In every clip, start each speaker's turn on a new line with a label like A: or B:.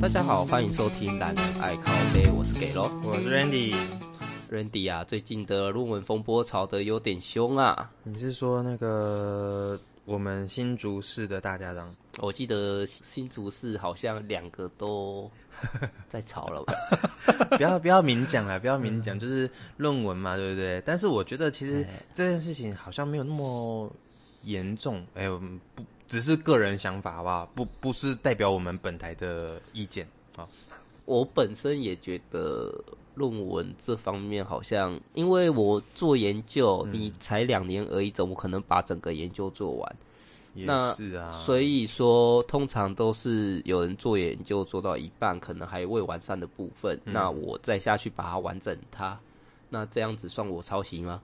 A: 大家好，欢迎收听《懒人爱靠背》，我是给喽
B: 我是 Randy，
A: Randy 啊。最近的论文风波吵得有点凶啊。
B: 你是说那个我们新竹市的大家 长？
A: 我记得新竹市好像两个都在吵了吧？
B: 不要不要明讲啦，不要明讲，就是论文嘛，对不对？但是我觉得其实这件事情好像没有那么严重，哎、我们不只是个人想法好不好？不不是代表我们本台的意见啊。
A: 我本身也觉得论文这方面好像，因为我做研究，你才两年而已，怎么可能把整个研究做完？
B: 也
A: 那
B: 是啊，
A: 所以说，通常都是有人做研究做到一半，可能还未完善的部分，
B: 嗯
A: 那我再下去把它完整它，那这样子算我抄袭 吗？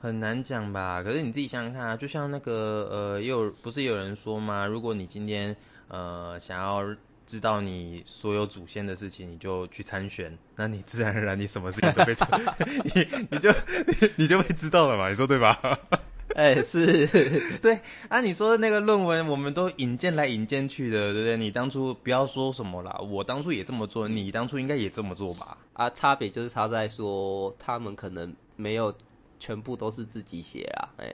B: 很难讲吧？可是你自己想想看啊，就像那个呃，也有不是有人说吗？如果你今天呃想要知道你所有祖先的事情，你就去参选，那你自然而然你什么事情都被知， 你你就你你就被知道了嘛？你说对吧？
A: 哎、是
B: 对 啊，你说的那个论文，我们都引荐来引荐去的，对不对？你当初不要说什么啦，我当初也这么做，你当初应该也这么做吧？
A: 啊，差别就是差在说他们可能没有全部都是自己写啦，哎、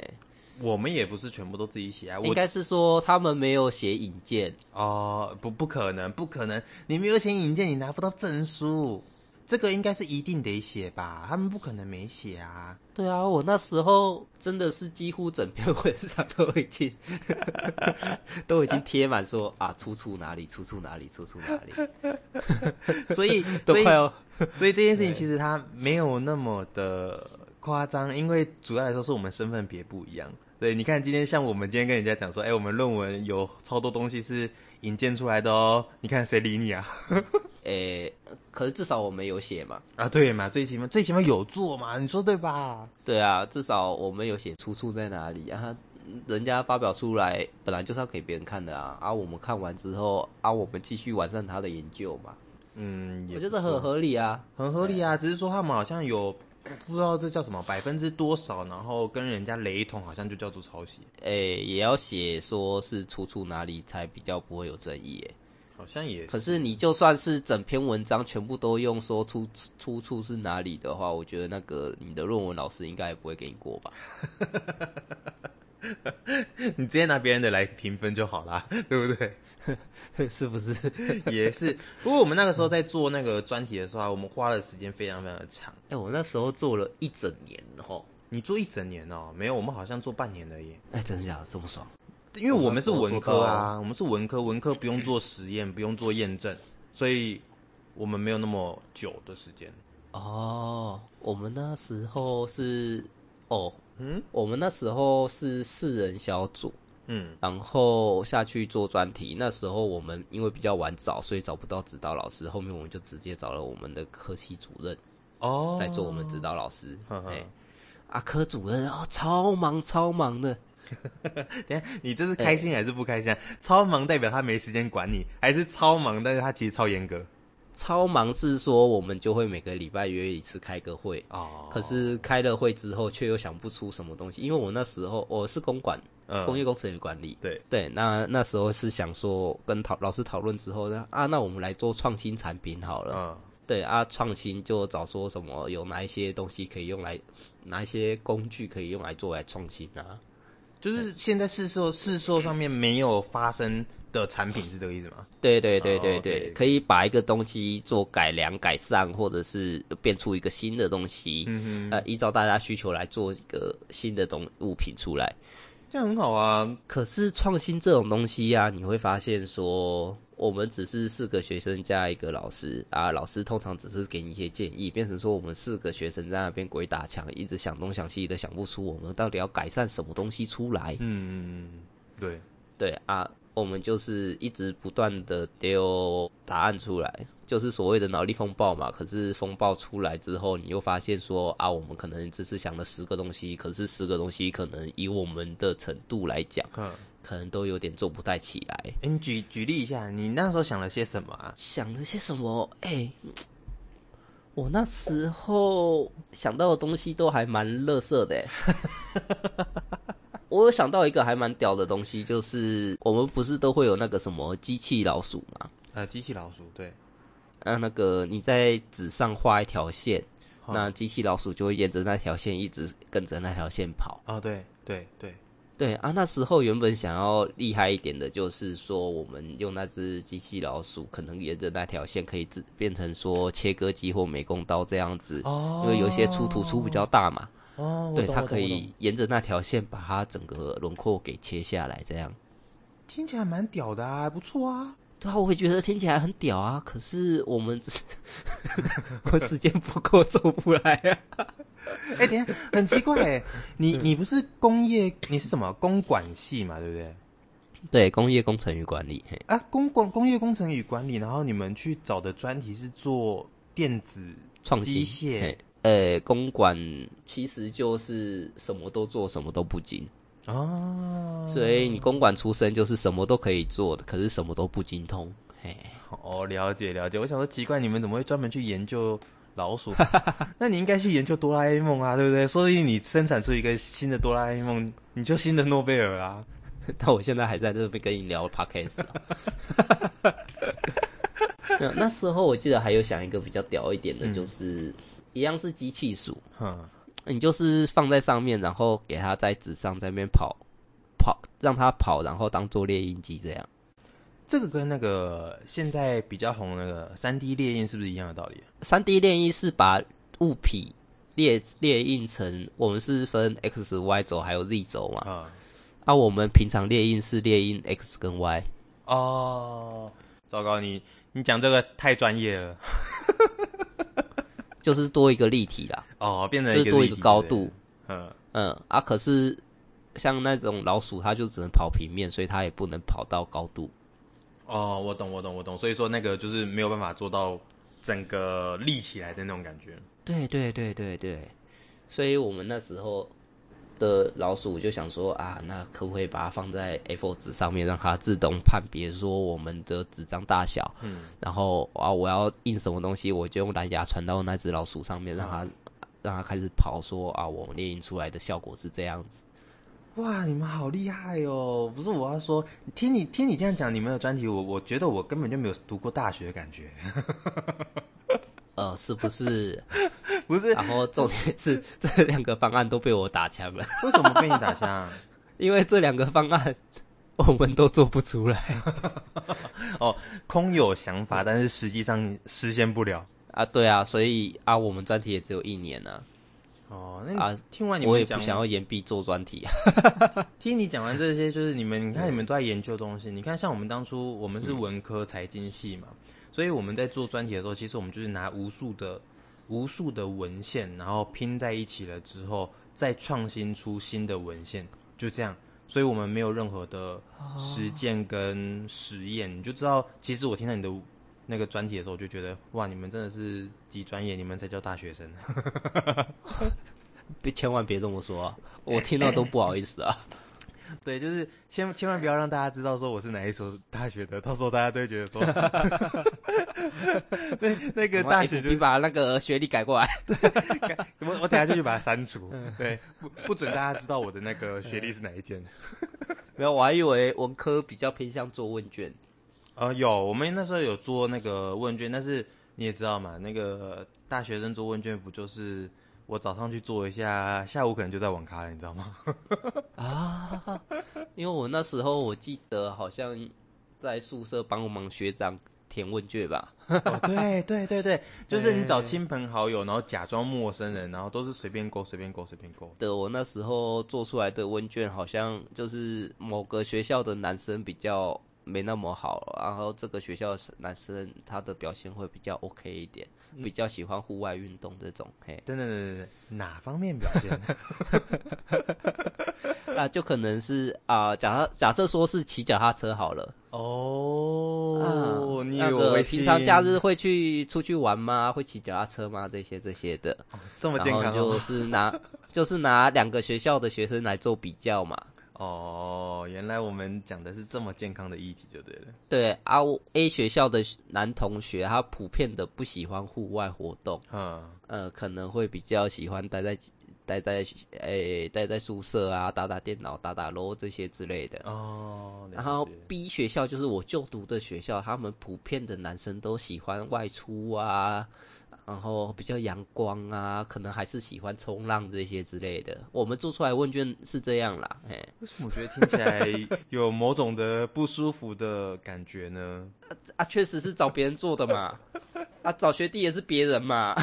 B: 我们也不是全部都自己写啊，我
A: 应该是说他们没有写引荐，
B: 哦，不，不可能，不可能！你没有写引荐，你拿不到证书。这个应该是一定得写吧？他们不可能没写 啊！
A: 对啊，我那时候真的是几乎整篇文章都已经 都已经贴满说啊，出处哪里，出处哪里，出处哪里，
B: 所以，
A: 都
B: 所以
A: 快，要
B: 所以这件事情其实它没有那么的夸张，因为主要来说是我们身份别不一样。对，你看今天像我们今天跟人家讲说，哎，我们论文有超多东西是引荐出来的哦，你看谁理你啊？
A: 诶、可是至少我们有写嘛，
B: 啊，对嘛，最起码最起码有做嘛，你说对吧？
A: 对啊，至少我们有写出处在哪里啊。人家发表出来本来就是要给别人看的啊，啊，我们看完之后啊，我们继续完善他的研究嘛，
B: 嗯，也
A: 我觉得很合理啊。
B: 很合理啊，只是说他们好像有不知道这叫什么百分之多少，然后跟人家雷同，好像就叫做抄袭，
A: 诶、也要写说是出处哪里才比较不会有争议、诶
B: 好像也
A: 可是你就算是整篇文章全部都用说出出处是哪里的话，我觉得那个你的论文老师应该也不会给你过吧？
B: 你直接拿别人的来评分就好啦， 对不对？
A: 是不是？
B: 也是。 不过我们那个时候在做那个专题的时候啊，我们花的时间非常非常的长。
A: 哎、我那时候做了一整年吼，
B: 你做一整年哦，没有，我们好像做半年而已，
A: 哎、真的假的这么爽？
B: 因为我们是文
A: 我那时候
B: 科
A: 做
B: 啊，我们是文科，文科不用做实验，不用做验证，所以我们没有那么久的时间。
A: 哦，我们那时候是哦，嗯，我们那时候是四人小组，
B: 嗯，
A: 然后下去做专题。那时候我们因为比较晚找，所以找不到指导老师，后面我们就直接找了我们的科系主任
B: 哦，
A: 来做我们指导老师。哎、
B: 呵呵
A: 啊，科主任哦，超忙超忙的。
B: 等一下，你这是开心还是不开心、啊？超忙代表他没时间管你，还是超忙，但是他其实超严格
A: 超忙是说我们就会每个礼拜约一次开个会，
B: 哦
A: 可是开了会之后却又想不出什么东西，因为我那时候我是公管，
B: 嗯
A: 工业工程与管理，
B: 对，
A: 对，那那时候是想说跟讨老师讨论之后呢，啊，那我们来做创新产品好了。
B: 嗯，
A: 对啊，创新就找说什么有哪一些东西可以用来，哪一些工具可以用来做来创新啊？
B: 就是现在市售市售上面没有发生的产品是这个意思吗？
A: 对对对
B: 哦
A: 对
B: OK
A: 对，可以把一个东西做改良、改善，或者是呃变出一个新的东西，嗯、呃，依照大家需求来做一个新的东物品出来。
B: 这样很好啊，
A: 可是创新这种东西呀、你会发现说，我们只是四个学生加一个老师啊，老师通常只是给你一些建议，变成说我们四个学生在那边鬼打墙，一直想东想西的，想不出我们到底要改善什么东西出来。
B: 嗯，对，
A: 对啊，我们就是一直不断的丢答案出来，就是所谓的脑力风暴嘛。可是风暴出来之后，你又发现说啊，我们可能只是想了十个东西，可是十个东西可能以我们的程度来讲，
B: 嗯，
A: 可能都有点做不太起来。
B: 哎，你举举例一下，你那时候想了些什么啊？
A: 想了些什么？哎、我那时候想到的东西都还蛮乐色的、欸。我有想到一个还蛮屌的东西，就是我们不是都会有那个什么机器老鼠嘛？啊
B: 呃，机器老鼠，对，
A: 那那个你在纸上画一条线，
B: 好
A: 那机器老鼠就会沿着那条线一直跟着那条线跑。
B: 哦，对对对，
A: 对啊，那时候原本想要厉害一点的，就是说我们用那只机器老鼠，可能沿着那条线可以自变成说切割机或美工刀这样子，
B: 哦，
A: 因为有一些出图出比较大嘛，
B: 哦，我
A: 对，
B: 懂
A: 它
B: 我懂
A: 可
B: 我懂
A: 以沿着那条线把它整个轮廓给切下来，这样。
B: 听起来蛮屌的啊，还不错啊。
A: 对啊，我会觉得听起来很屌啊，可是我们只是 我时间不够做不来 啊。
B: 哎、等一下，很奇怪哎， 你你不是工业，你是什么公管系嘛，对不对？
A: 对，工业工程与管理，嘿
B: 啊，工管工业工程与管理，然后你们去找的专题是做电子
A: 创
B: 机
A: 新
B: 械
A: 嘿呃，公管其实就是什么都做，什么都不精。
B: 哦，
A: 所以你公管出身就是什么都可以做的，可是什么都不精通。嘿，
B: 哦，了解了解。我想说奇怪，你们怎么会专门去研究老 鼠？那你应该去研究哆啦 A 梦啊，对不对？所以你生产出一个新的哆啦 A 梦，你就新的诺贝尔啊。
A: 但我现在还在这边跟你聊 podcast 啊、 没有那时候我记得还有想一个比较屌一点的，就是、一样是机器鼠，
B: 哼，
A: 你就是放在上面，然后给它在纸上在那边跑跑，让它跑，然后当做猎鹰机这样。
B: 这个跟那个现在比较红的那个三 D 猎印是不是一样的道理？啊
A: 三 D 猎鹰是把物体列列印成，我们是分 x、y 轴还有 z 轴嘛？
B: 啊、
A: 啊，我们平常列印是列印 x 跟 y。
B: 哦，糟糕，你你讲这个太专业了
A: 就是多一个立体啦，
B: 哦，变成
A: 就是
B: 个
A: 多
B: 立
A: 一个
B: 体
A: 高
B: 的人
A: 度。。
B: 嗯，
A: 嗯啊，可是像那种老鼠，它就只能跑平面，所以它也不能跑到高度。
B: 哦，我懂，我懂，我懂。所以说那个就是没有办法做到整个立起来的那种感觉。
A: 对对对对对，所以我们那时候的老鼠就想说啊，那可不可以把它放在 A4 纸上面，让它自动判别说我们的纸张大小？
B: 嗯，
A: 然后啊，我要印什么东西，我就用蓝牙传到那只老鼠上面，让它、让它开始跑说啊，我列印出来的效果是这样子。
B: 哇，你们好厉害哦！不是我要说，听你听你这样讲，你们的专题，我我觉得我根本就没有读过大学的感觉。
A: 呃，是不是？
B: 不是，
A: 然后重点是这两个方案都被我打枪了，
B: 为什么被你打 枪？
A: 因为这两个方案我们都做不出来
B: 空有想法，但是实际上实现不了。
A: 啊。对啊，所以啊，我们专题也只有一年呢、
B: 哦，那你
A: 啊
B: 听完你
A: 我
B: 们
A: 也
B: 讲
A: 不，想要延毕做专题啊。
B: 听你讲完这些，就是你们，你看你们都在研究东西。你看，像我们当初我们是文科财经系嘛，所以我们在做专题的时候，其实我们就是拿无数的、无数的文献，然后拼在一起了之后，再创新出新的文献，就这样。所以我们没有任何的实践跟实验，你就知道，其实我听到你的那个专题的时候，我就觉得，哇，你们真的是极专业，你们才叫大学生。
A: 别千万别这么说、啊， 我听到都不好意思啊。
B: 对，就是千千万不要让大家知道说我是哪一所大学的，到时候大家都会觉得 说，那 那个大学就
A: 哎你把那个学历改过来，
B: 我我等下就去把它删除，对，不不准大家知道我的那个学历是哪一间。
A: 没有，我还以为文科比较偏向做问卷。
B: 呃，有，我们那时候有做那个问卷，但是你也知道嘛，那个大学生做问卷不就是我早上去做一下，下午可能就在网咖了，你知道吗？
A: 啊， 因为我那时候我记得好像在宿舍帮忙学长填问卷吧。
B: 哦，对对对对，就是你找亲朋好友，然后假装陌生人，然后都是随便勾随便勾随便勾。
A: 的我那时候做出来的问卷，好像就是某个学校的男生比较没那么好，然后这个学校的男生他的表现会比较 OK 一点，比较喜欢户外运动这种，嘿，
B: 等等等等等，哪方面表现？
A: 那就可能是啊、假设假设说是骑脚踏车好了，
B: 哦，
A: 啊
B: 你
A: 那
B: 有
A: 个
B: 微
A: 平
B: 信
A: 常假日会去出去玩吗？会骑脚踏车吗？这些这些的，
B: 哦这么健
A: 然
B: 康
A: 后就
B: 哦？
A: 是拿就是拿两个学校的学生来做比较嘛，
B: 哦，原来我们讲的是这么健康的议题就对了。
A: 对啊我，A 学校的男同学他普遍的不喜欢户外活动，
B: 嗯，
A: 呃，可能会比较喜欢待在待在诶、待在宿舍啊，打打电脑、打打 LO 这些之类的。
B: 哦，了
A: 然后
B: 解
A: B 学校就是我就读的学校，他们普遍的男生都喜欢外出啊，然后比较阳光啊，可能还是喜欢冲浪这些之类的。我们做出来问卷是这样啦，嘿，
B: 为什么我觉得听起来有某种的不舒服的感觉呢？
A: 啊，确实是找别人做的嘛，啊，找学弟也是别人嘛，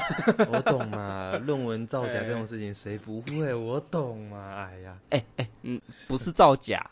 B: 我懂嘛，论文造假这种事情谁不会？我懂嘛，哎呀，
A: 哎哎，嗯，不是造 假，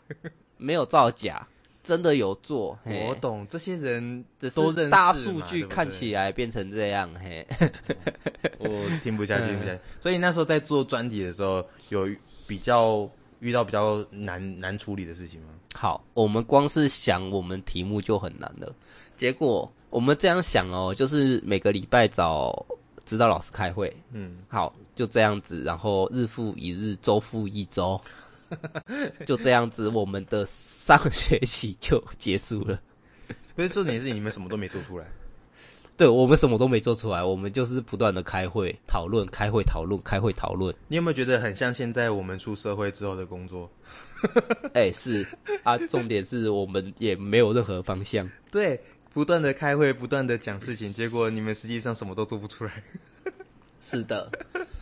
A: 没有造假，真的有做， 嘿
B: 我，懂，这些人
A: 只
B: 都认
A: 是
B: 识
A: 大
B: 嘛
A: 数据看起，来变成这样，嘿。
B: 对不对我听不下去，听不下去。所以那时候在做专题的时候，有比较遇到比较难难处理的事情吗？
A: 好，我们光是想我们题目就很难了。结果我们这样想哦，就是每个礼拜找指导老师开会，
B: 嗯，
A: 好，就这样子，然后日复一日，周复一 周，就这样子，我们的上学期就结束了。
B: 不是重点是你们什么都没做出来，
A: 对我们什么都没做出来，我们就是不断的开会讨论，开会讨论，开会讨论。
B: 你有没有觉得很像现在我们出社会之后的工作？
A: 哎、是啊，重点是我们也没有任何方向。
B: 对，不断的开会，不断的讲事情，结果你们实际上什么都做不出来，
A: 是的，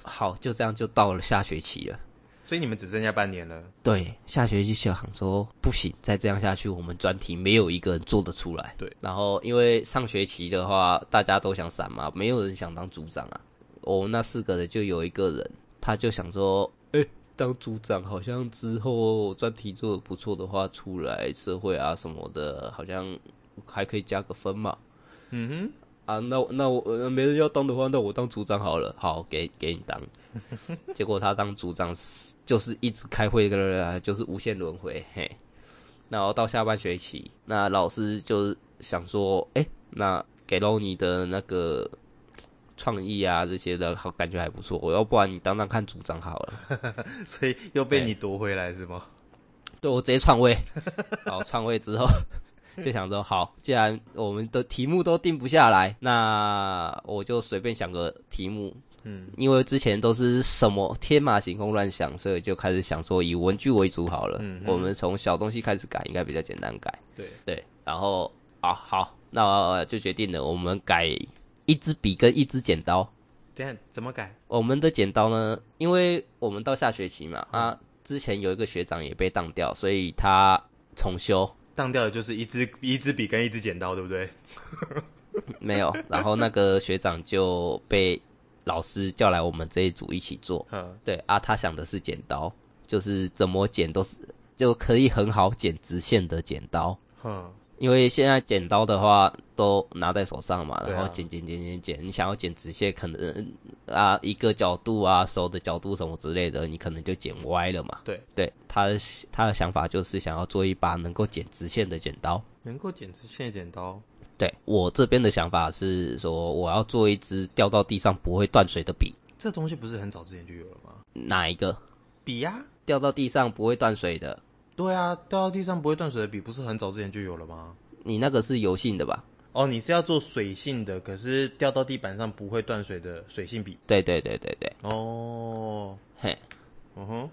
A: 好，就这样就到了下学期了。
B: 所以你们只剩下半年了。
A: 对，下学期小航说不行，再这样下去，我们专题没有一个人做得出来。
B: 对，
A: 然后因为上学期的话，大家都想闪嘛，没有人想当组长啊。我们那四个人就有一个人，他就想说，哎、当组长好像之后专题做的不错的话，出来社会啊什么的，好像还可以加个分嘛。
B: 嗯哼。
A: 啊，那我那我、呃、没人要当的话，那我当组长好了。好，给给你当。结果他当组长是就是一直开会，呃就是无限轮回。嘿，然后到下半学期，那老师就是想说，哎、那给喽你的那个创意啊这些的，好感觉还不错。我要不然你当当看组长好了。
B: 所以又被你夺回来是吗？
A: 对我直接篡位，好篡位之后就想说，好，既然我们的题目都定不下来，那我就随便想个题目。
B: 嗯，
A: 因为之前都是什么天马行空乱想，所以就开始想说以文具为主好了。
B: 嗯嗯
A: 我们从小东西开始改，应该比较简单改。
B: 对，
A: 对，然后啊好，那、呃就决定了，我们改一支笔跟一支剪刀。
B: 等一下怎么改？
A: 我们的剪刀呢，因为我们到下学期嘛，
B: 嗯
A: 啊，之前有一个学长也被当掉，所以他重修
B: 当掉的就是一支一支笔跟一支剪刀，对不对？
A: 没有，然后那个学长就被老师叫来我们这一组一起做。
B: 嗯，
A: 对啊，他想的是剪刀，就是怎么剪都是就可以很好剪直线的剪刀，
B: 哼，
A: 因为现在剪刀的话都拿在手上嘛，
B: 对啊
A: 然后剪剪剪剪剪，你想要剪直线，可能啊一个角度啊手的角度什么之类的，你可能就剪歪了嘛。
B: 对，
A: 对，他的他的想法就是想要做一把能够剪直线的剪刀。
B: 能够剪直线的剪刀，
A: 对我这边的想法是说，我要做一支掉到地上不会断水的笔，
B: 这东西不是很早之前就有了吗？
A: 哪一个
B: 笔呀、
A: 掉到地上不会断水的？
B: 对啊，掉到地上不会断水的笔，不是很早之前就有了吗？
A: 你那个是油性的吧？
B: 哦，你是要做水性的，可是掉到地板上不会断水的水性笔。
A: 对对对对对，
B: 哦，
A: 嘿，
B: 嗯哼，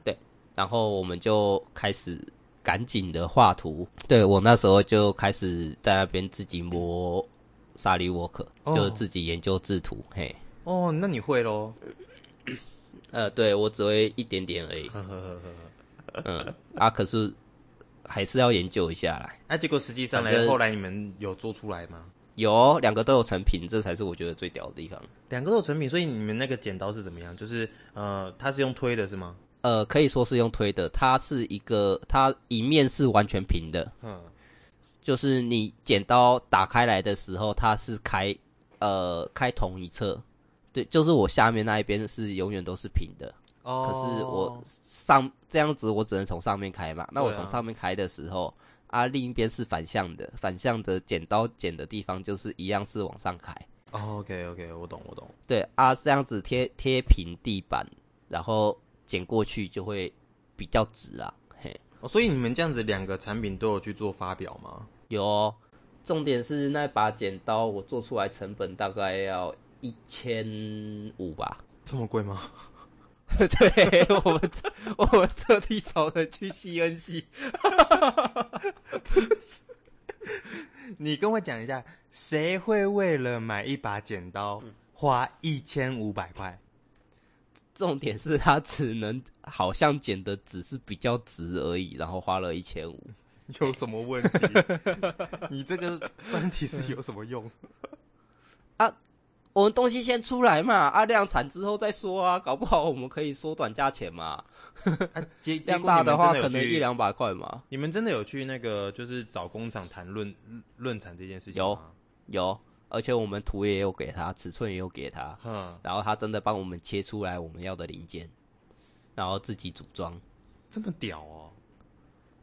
A: 然后我们就开始赶紧的画图。对我那时候就开始在那边自己摸沙利沃克，
B: 哦
A: 就自己研究制图。嘿，
B: 哦，那你会喽？。
A: 呃，对我只会一点点而已
B: 呵呵呵呵。
A: 嗯，啊，可是还是要研究一下啦。
B: 那、啊结果实际上
A: 反
B: 来，
A: 正
B: 后来你们有做出来吗？
A: 有哦两个都有成品，这才是我觉得最屌的地方。
B: 两个都有成品，所以你们那个剪刀是怎么样？就是呃，它是用推的是吗？
A: 呃，可以说是用推的，它是一个，它一面是完全平的，
B: 嗯，
A: 就是你剪刀打开来的时候，它是开呃开同一侧，对，就是我下面那一边是永远都是平的，可
B: 哦，
A: 是我上这样子我只能从上面开嘛，那我
B: 对啊
A: 从上面开的时候。啊，另一边是反向的，反向的剪刀剪的地方就是一样是往上开，
B: 哦，OK OK，我懂我懂，
A: 对啊，这样子贴贴平地板，然后剪过去就会比较直啊，嘿，
B: 哦，所以你们这样子两个产品都有去做发表吗？
A: 有、哦，重点是那把剪刀，我做出来成本大概要一千五吧。
B: 这么贵吗？
A: 对我们特，我们特地找人去西恩西，
B: 你跟我讲一下，谁会为了买一把剪刀花一千五百块？
A: 重点是他只能好像剪的只是比较直而已，然后花了一千五。
B: 有什么问题？ 你这个专题是有什么用？
A: 我们东西先出来嘛，啊，量产之后再说啊，搞不好我们可以缩短价钱嘛。
B: 啊，结结
A: 量
B: 果
A: 大
B: 你
A: 的
B: 们
A: 话
B: 真的
A: 可
B: 有
A: 能一
B: 去？
A: 两百块嘛。
B: 你们真的有去那个就是找工厂谈论论产这件事情
A: 有
B: 吗？
A: 有，而且我们图也有给他，尺寸也有给他，
B: 哼，
A: 然后他真的帮我们切出来我们要的零件，然后自己组装。
B: 这么屌哦！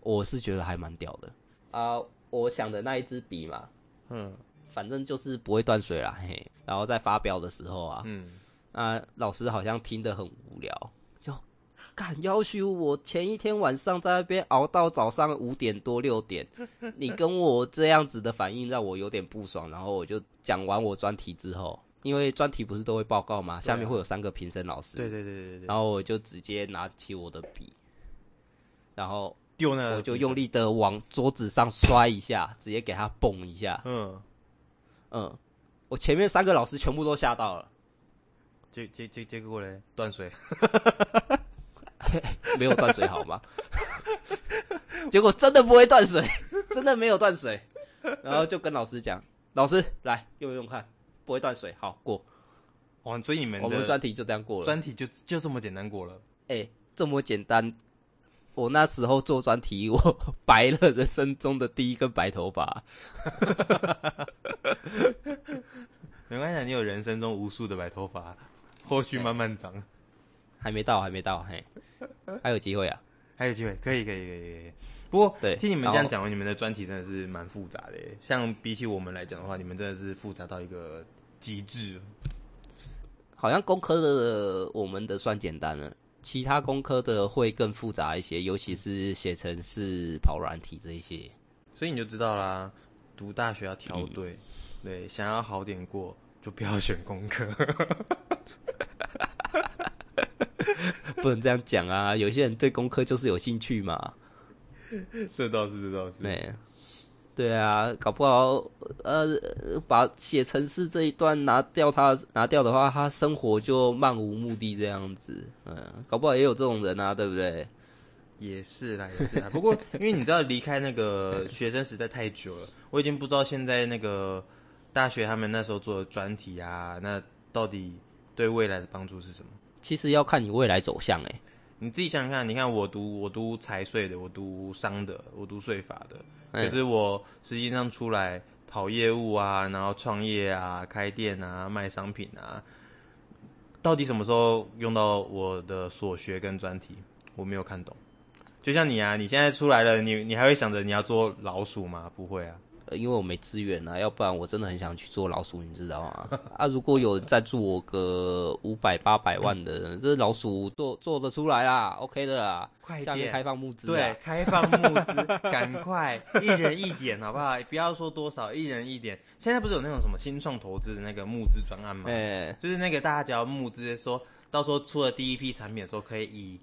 A: 我是觉得还蛮屌的啊、我想的那一支笔嘛，
B: 嗯
A: 反正就是不会断水啦，嘿。然后在发表的时候啊，
B: 嗯，
A: 啊、老师好像听得很无聊，就敢要求我前一天晚上在那边熬到早上五点多六点，你跟我这样子的反应让我有点不爽。然后我就讲完我专题之后，因为专题不是都会报告吗？下面会有三个评审老师，
B: 对对对对对对，
A: 然后我就直接拿起我的笔，然后
B: 丢呢
A: 我就用，力的往桌子上摔一下，直接给他蹦一下。
B: 嗯，
A: 嗯，我前面三个老师全部都吓到了，
B: 结结结结果嘞，断水，
A: 没有断水好吗？ 结果真的不会断水， 真的没有断水，然后就跟老师讲，老师来用用看，不会断水，好过。
B: 哇！所以你们
A: 我们
B: 的
A: 专题就这样过了。
B: 专题就就这么简单过了。
A: 哎、这么简单。我那时候做专题，我 白了人生中的第一根白头发。
B: 没关系啊，你有人生中无数的白头发，后续慢慢长，
A: 还没到，还没到，嘿，还有机会啊！
B: 还有机会，可以，可以，可以，可以可以。不过，
A: 对
B: 听你们
A: 然
B: 这
A: 后
B: 样讲，你们的专题真的是蛮复杂的耶。像比起我们来讲的话，你们真的是复杂到一个极致。
A: 好像工科的我们的算简单了，其他工科的会更复杂一些，尤其是写程式、跑软体这一些。
B: 所以你就知道啦，读大学要挑对，对，想要好点过，就不要选工科。
A: 不能这样讲啊！有些人对工科就是有兴趣嘛，
B: 这倒是，这倒是。
A: 对，对啊，搞不好呃，把写程式这一段拿掉他拿掉的话，他生活就漫无目的这样子，嗯，搞不好也有这种人啊，对不对？
B: 也是啦，也是啦。不过，因为你知道离开那个学生时代太久了，我已经不知道现在那个大学他们那时候做的专题啊，那到底对未来的帮助是什么？
A: 其实要看你未来走向、欸，
B: 你自己想想看，你看我读我读财税的，我读商的，我读税法的，
A: 哎
B: 可是我实际上出来跑业务啊，然后创业啊，开店啊，卖商品啊，到底什么时候用到我的所学跟专题？我没有看懂。就像你啊，你现在出来了，你你还会想着你要做老鼠吗？不会啊。
A: 呃因为我没资源啊，要不然我真的很想去做老鼠，你知道吗？ 啊，如果有人赞助我个五百八百万的，这老鼠做做得出来啦，OK 的啦，
B: 快
A: 下面
B: 点
A: 开放募资、啊，
B: 对，开放募资，赶快一人一点，好不好？不要说多少，一人一点。现在不是有那种什么新创投资的那个募资专案吗？
A: 哎、
B: 就是那个大家只要募资说，到时候出了第一批产品的时候，可以以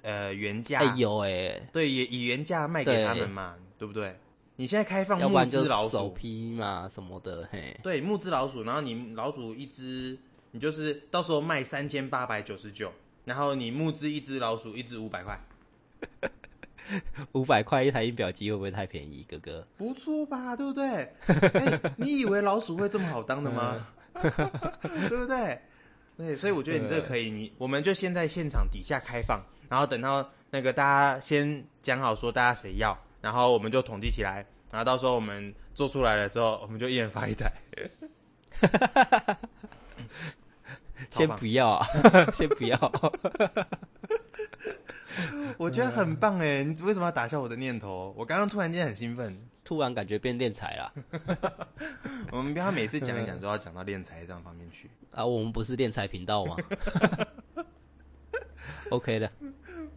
B: 呃原价，
A: 哎呦哎、
B: 对，以以原价卖给
A: 对
B: 他们嘛，对不对？你现在开放
A: 要不
B: 募
A: 然就
B: 资老
A: 首
B: 鼠，
A: 批嘛什么的，嘿，
B: 对，募资老鼠，然后你老鼠一只，你就是到时候卖三千八百九十九，然后你募资一只老鼠，一只五百块，
A: 五百块一台印表机会不会太便宜，哥哥？
B: 不错吧？对不 对？哎，你以为老鼠会这么好当的吗？ 对不对？对，所以我觉得你这个可以，你我们就先在现场底下开放，然后等到那个大家先讲好说大家谁要，然后我们就统计起来，然后到时候我们做出来了之后，我们就一人发一 台。
A: 先
B: 超棒
A: 不要啊， 先不要，
B: 我觉得很棒哎，你为什么要打消我的念头？我刚刚突然间很兴奋。
A: 突然感觉变练财啦。
B: 我们不要每次讲一讲都要讲到练财这样方面去。
A: 啊，我们不是练财频道 吗 ？OK 的，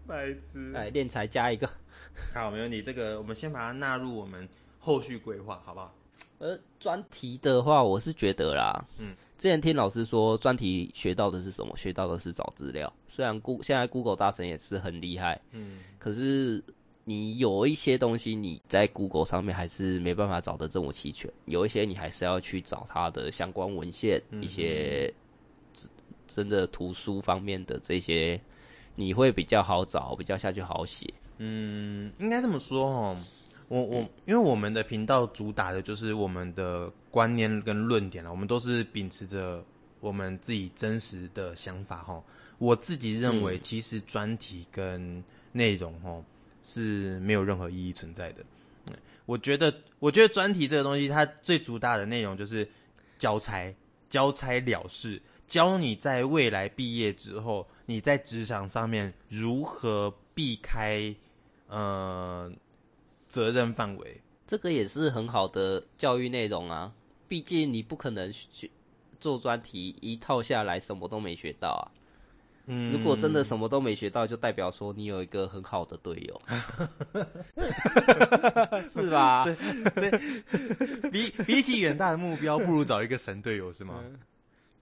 B: 白痴
A: 来练财加一个。
B: 好，没问题。这个我们先把它纳入我们后续规划，好不好？
A: 而呃专题的话，我是觉得啦，
B: 嗯，
A: 之前听老师说专题学到的是什么？学到的是找资料。虽然 Go 现在 Google 大神也是很厉害，
B: 嗯，
A: 可是你有一些东西你在 Google 上面还是没办法找的这么齐全，有一些你还是要去找它的相关文献，
B: 嗯
A: 一些真真的图书方面的这些，你会比较好找，比较下去好写。
B: 嗯，应该这么说哦。我我因为我们的频道主打的就是我们的观念跟论点了，我们都是秉持着我们自己真实的想法哈。我自己认为，其实专题跟内容哦是没有任何意义存在的。嗯我觉得，我觉得专题这个东西，它最主打的内容就是交差，交差了事，教你在未来毕业之后，你在职场上面如何避开呃责任范围。
A: 这个也是很好的教育内容啊，毕竟你不可能学做专题一套下来什么都没学到啊。
B: 嗯
A: 如果真的什么都没学到，就代表说你有一个很好的队友，
B: 嗯
A: 是 吧？
B: 比比起远大的目标，不如找一个神队友是吗？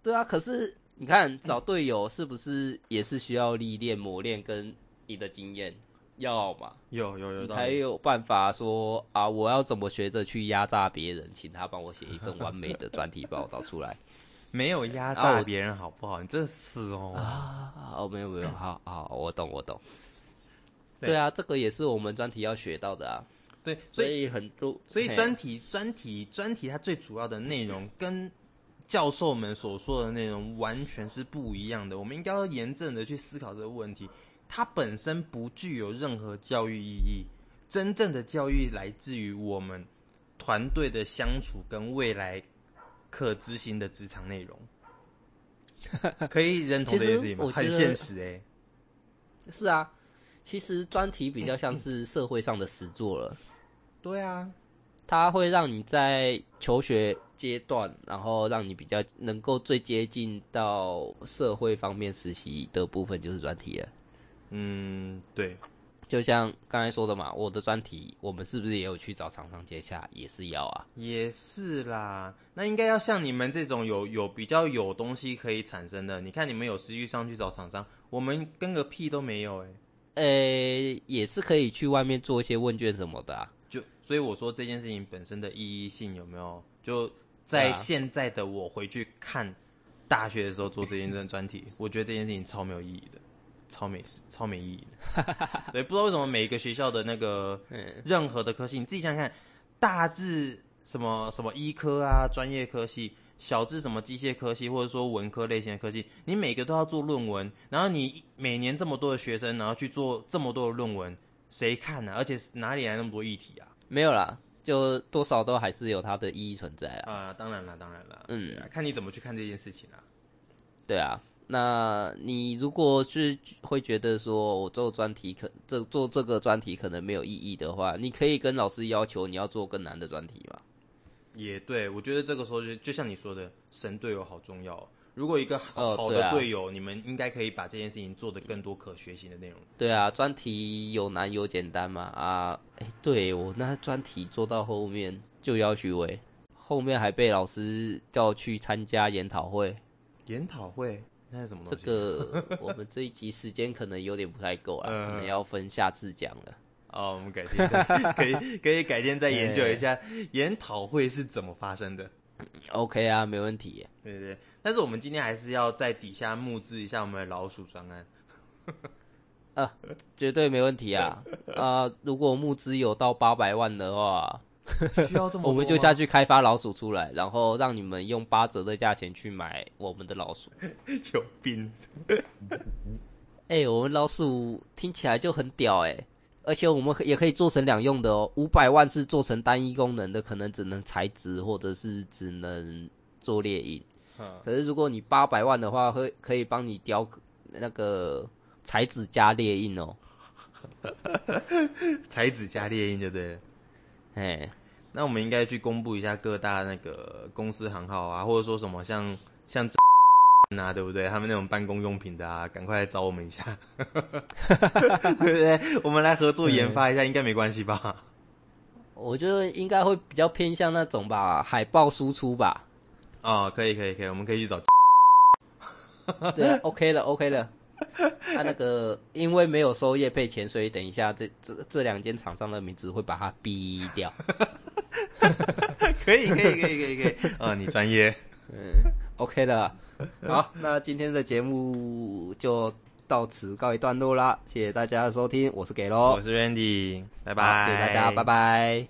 A: 对啊，可是你看找队友是不是也是需要历练、磨练跟你的经验？要嘛，
B: 有有有
A: 你
B: 道
A: 才
B: 理，
A: 有办法说啊，我要怎么学着去压榨别人，请他帮我写一份完美的专题报道出来
B: 没有压
A: 啊
B: 榨
A: 我
B: 别人好不好？你真是哦。
A: 啊！哦，没有没有，好好，我懂我懂。
B: 嗯对
A: 对啊，这个也是我们专题要学到的啊，
B: 对，
A: 所
B: 所以
A: 以很多，
B: 所以
A: 嘿啊
B: 专题专题专题它最主要的内容跟教授们所说的内容完全是不一样的。我们应该要严正的去思考这个问题，它本身不具有任何教育意义。真正的教育来自于我们团队的相处跟未来可执行的职场 内容。可以认同这件事情
A: 其实
B: 吗？
A: 我觉得
B: 很现实哎、
A: 是啊，其实专题比较像是社会上的实作了，
B: 对啊，
A: 它会让你在求学阶段，然后让你比较能够最接近到社会方面实习的部分就是专题了。
B: 嗯，对，
A: 就像刚才说的嘛，我的专题，我们是不是也有去找厂商接洽？也是要啊。
B: 也是啦，那应该要像你们这种有有比较有东西可以产生的。你看你们有实际上去找厂商，我们跟个屁都没有哎、
A: 呃、也是可以去外面做一些问卷什么的啊。
B: 就所以我说这件事情本身的意义性有没有？就
A: 对
B: 在
A: 啊
B: 现在的我回去看大学的时候做这件专 专题，我觉得这件事情超没有意义的，超没超没意义 的。对，不知道为什么每一个学校的那个任何的科系，你自己想想看，大至什么什么医科啊，专业科系。小至什么机械科系，或者说文科类型的科系，你每个都要做论文，然后你每年这么多的学生，然后去做这么多的论文，谁看呢、而且哪里来那么多议题啊？
A: 没有啦，就多少都还是有它的意义存在啊。
B: 啊、当然啦，当然啦，
A: 嗯
B: 对啊，看你怎么去看这件事情啊啦、
A: 对啊，那你如果是会觉得说我做专题可这做这个专题可能没有意义的话，你可以跟老师要求你要做更难的专题嘛。
B: 也对，我觉得这个时候就就像你说的，神队友好重要哦、如果一个好,、
A: 哦
B: 好
A: 对
B: 的
A: 啊
B: 队友，你们应该可以把这件事情做得更多可学习的内容。
A: 对啊，专题有难有简单嘛啊，哎，对我那专题做到后面就要虚伪，后面还被老师叫去参加研讨会，
B: 研讨会那是什么
A: 这
B: 东西？啊
A: 个我们这一集时间可能有点不太够 啊，
B: 嗯
A: 可能要分下次讲了。
B: 哦，我们改天 可以可以改天再研究 一下
A: 哎
B: 研讨会是怎么发生的。
A: OK 啊，没问题耶。
B: 对对对，但是我们今天还是要在底下募资一下我们的老鼠专 案。
A: 绝对没问题 啊！啊、如果募资有到八百万的话，
B: 需要这么多吗
A: 我们就下去开发老鼠出来，然后让你们用八折的价钱去买我们的老鼠。
B: 有病。
A: 哎、我们老鼠听起来就很屌哎、而且我们可也可以做成两用的哦。五百万是做成单一功能的，可能只能材质或者是只能做猎鹰。
B: 嗯
A: 可是如果你八百万的话，会可以帮你雕刻那个材质加猎印哦。
B: 彩纸加猎鹰就对了。
A: 哎，
B: 那我们应该去公布一下各大那个公司行号啊，或者说什么像像啊，对不对？他们那种办公用品的啊，赶快来找我们一下， 对不对？我们来合作研发一下，应该没关系吧？
A: 我觉得应该会比较偏向那种吧，海报输出吧。
B: 哦，可以可以可以，我们可以去找。
A: 对啊，OK 的，OK 的。他、那个因为没有收业配钱，所以等一下这这这两间厂商的名字会把它逼掉。
B: 可以可以可以可以可以，啊、你专业。
A: OK 的，好，那今天的节目就到此告一段落啦，谢谢大家的收听，我是给喽
B: 我，是 Randy，拜
A: 好
B: 拜，
A: 谢谢大家，拜。拜。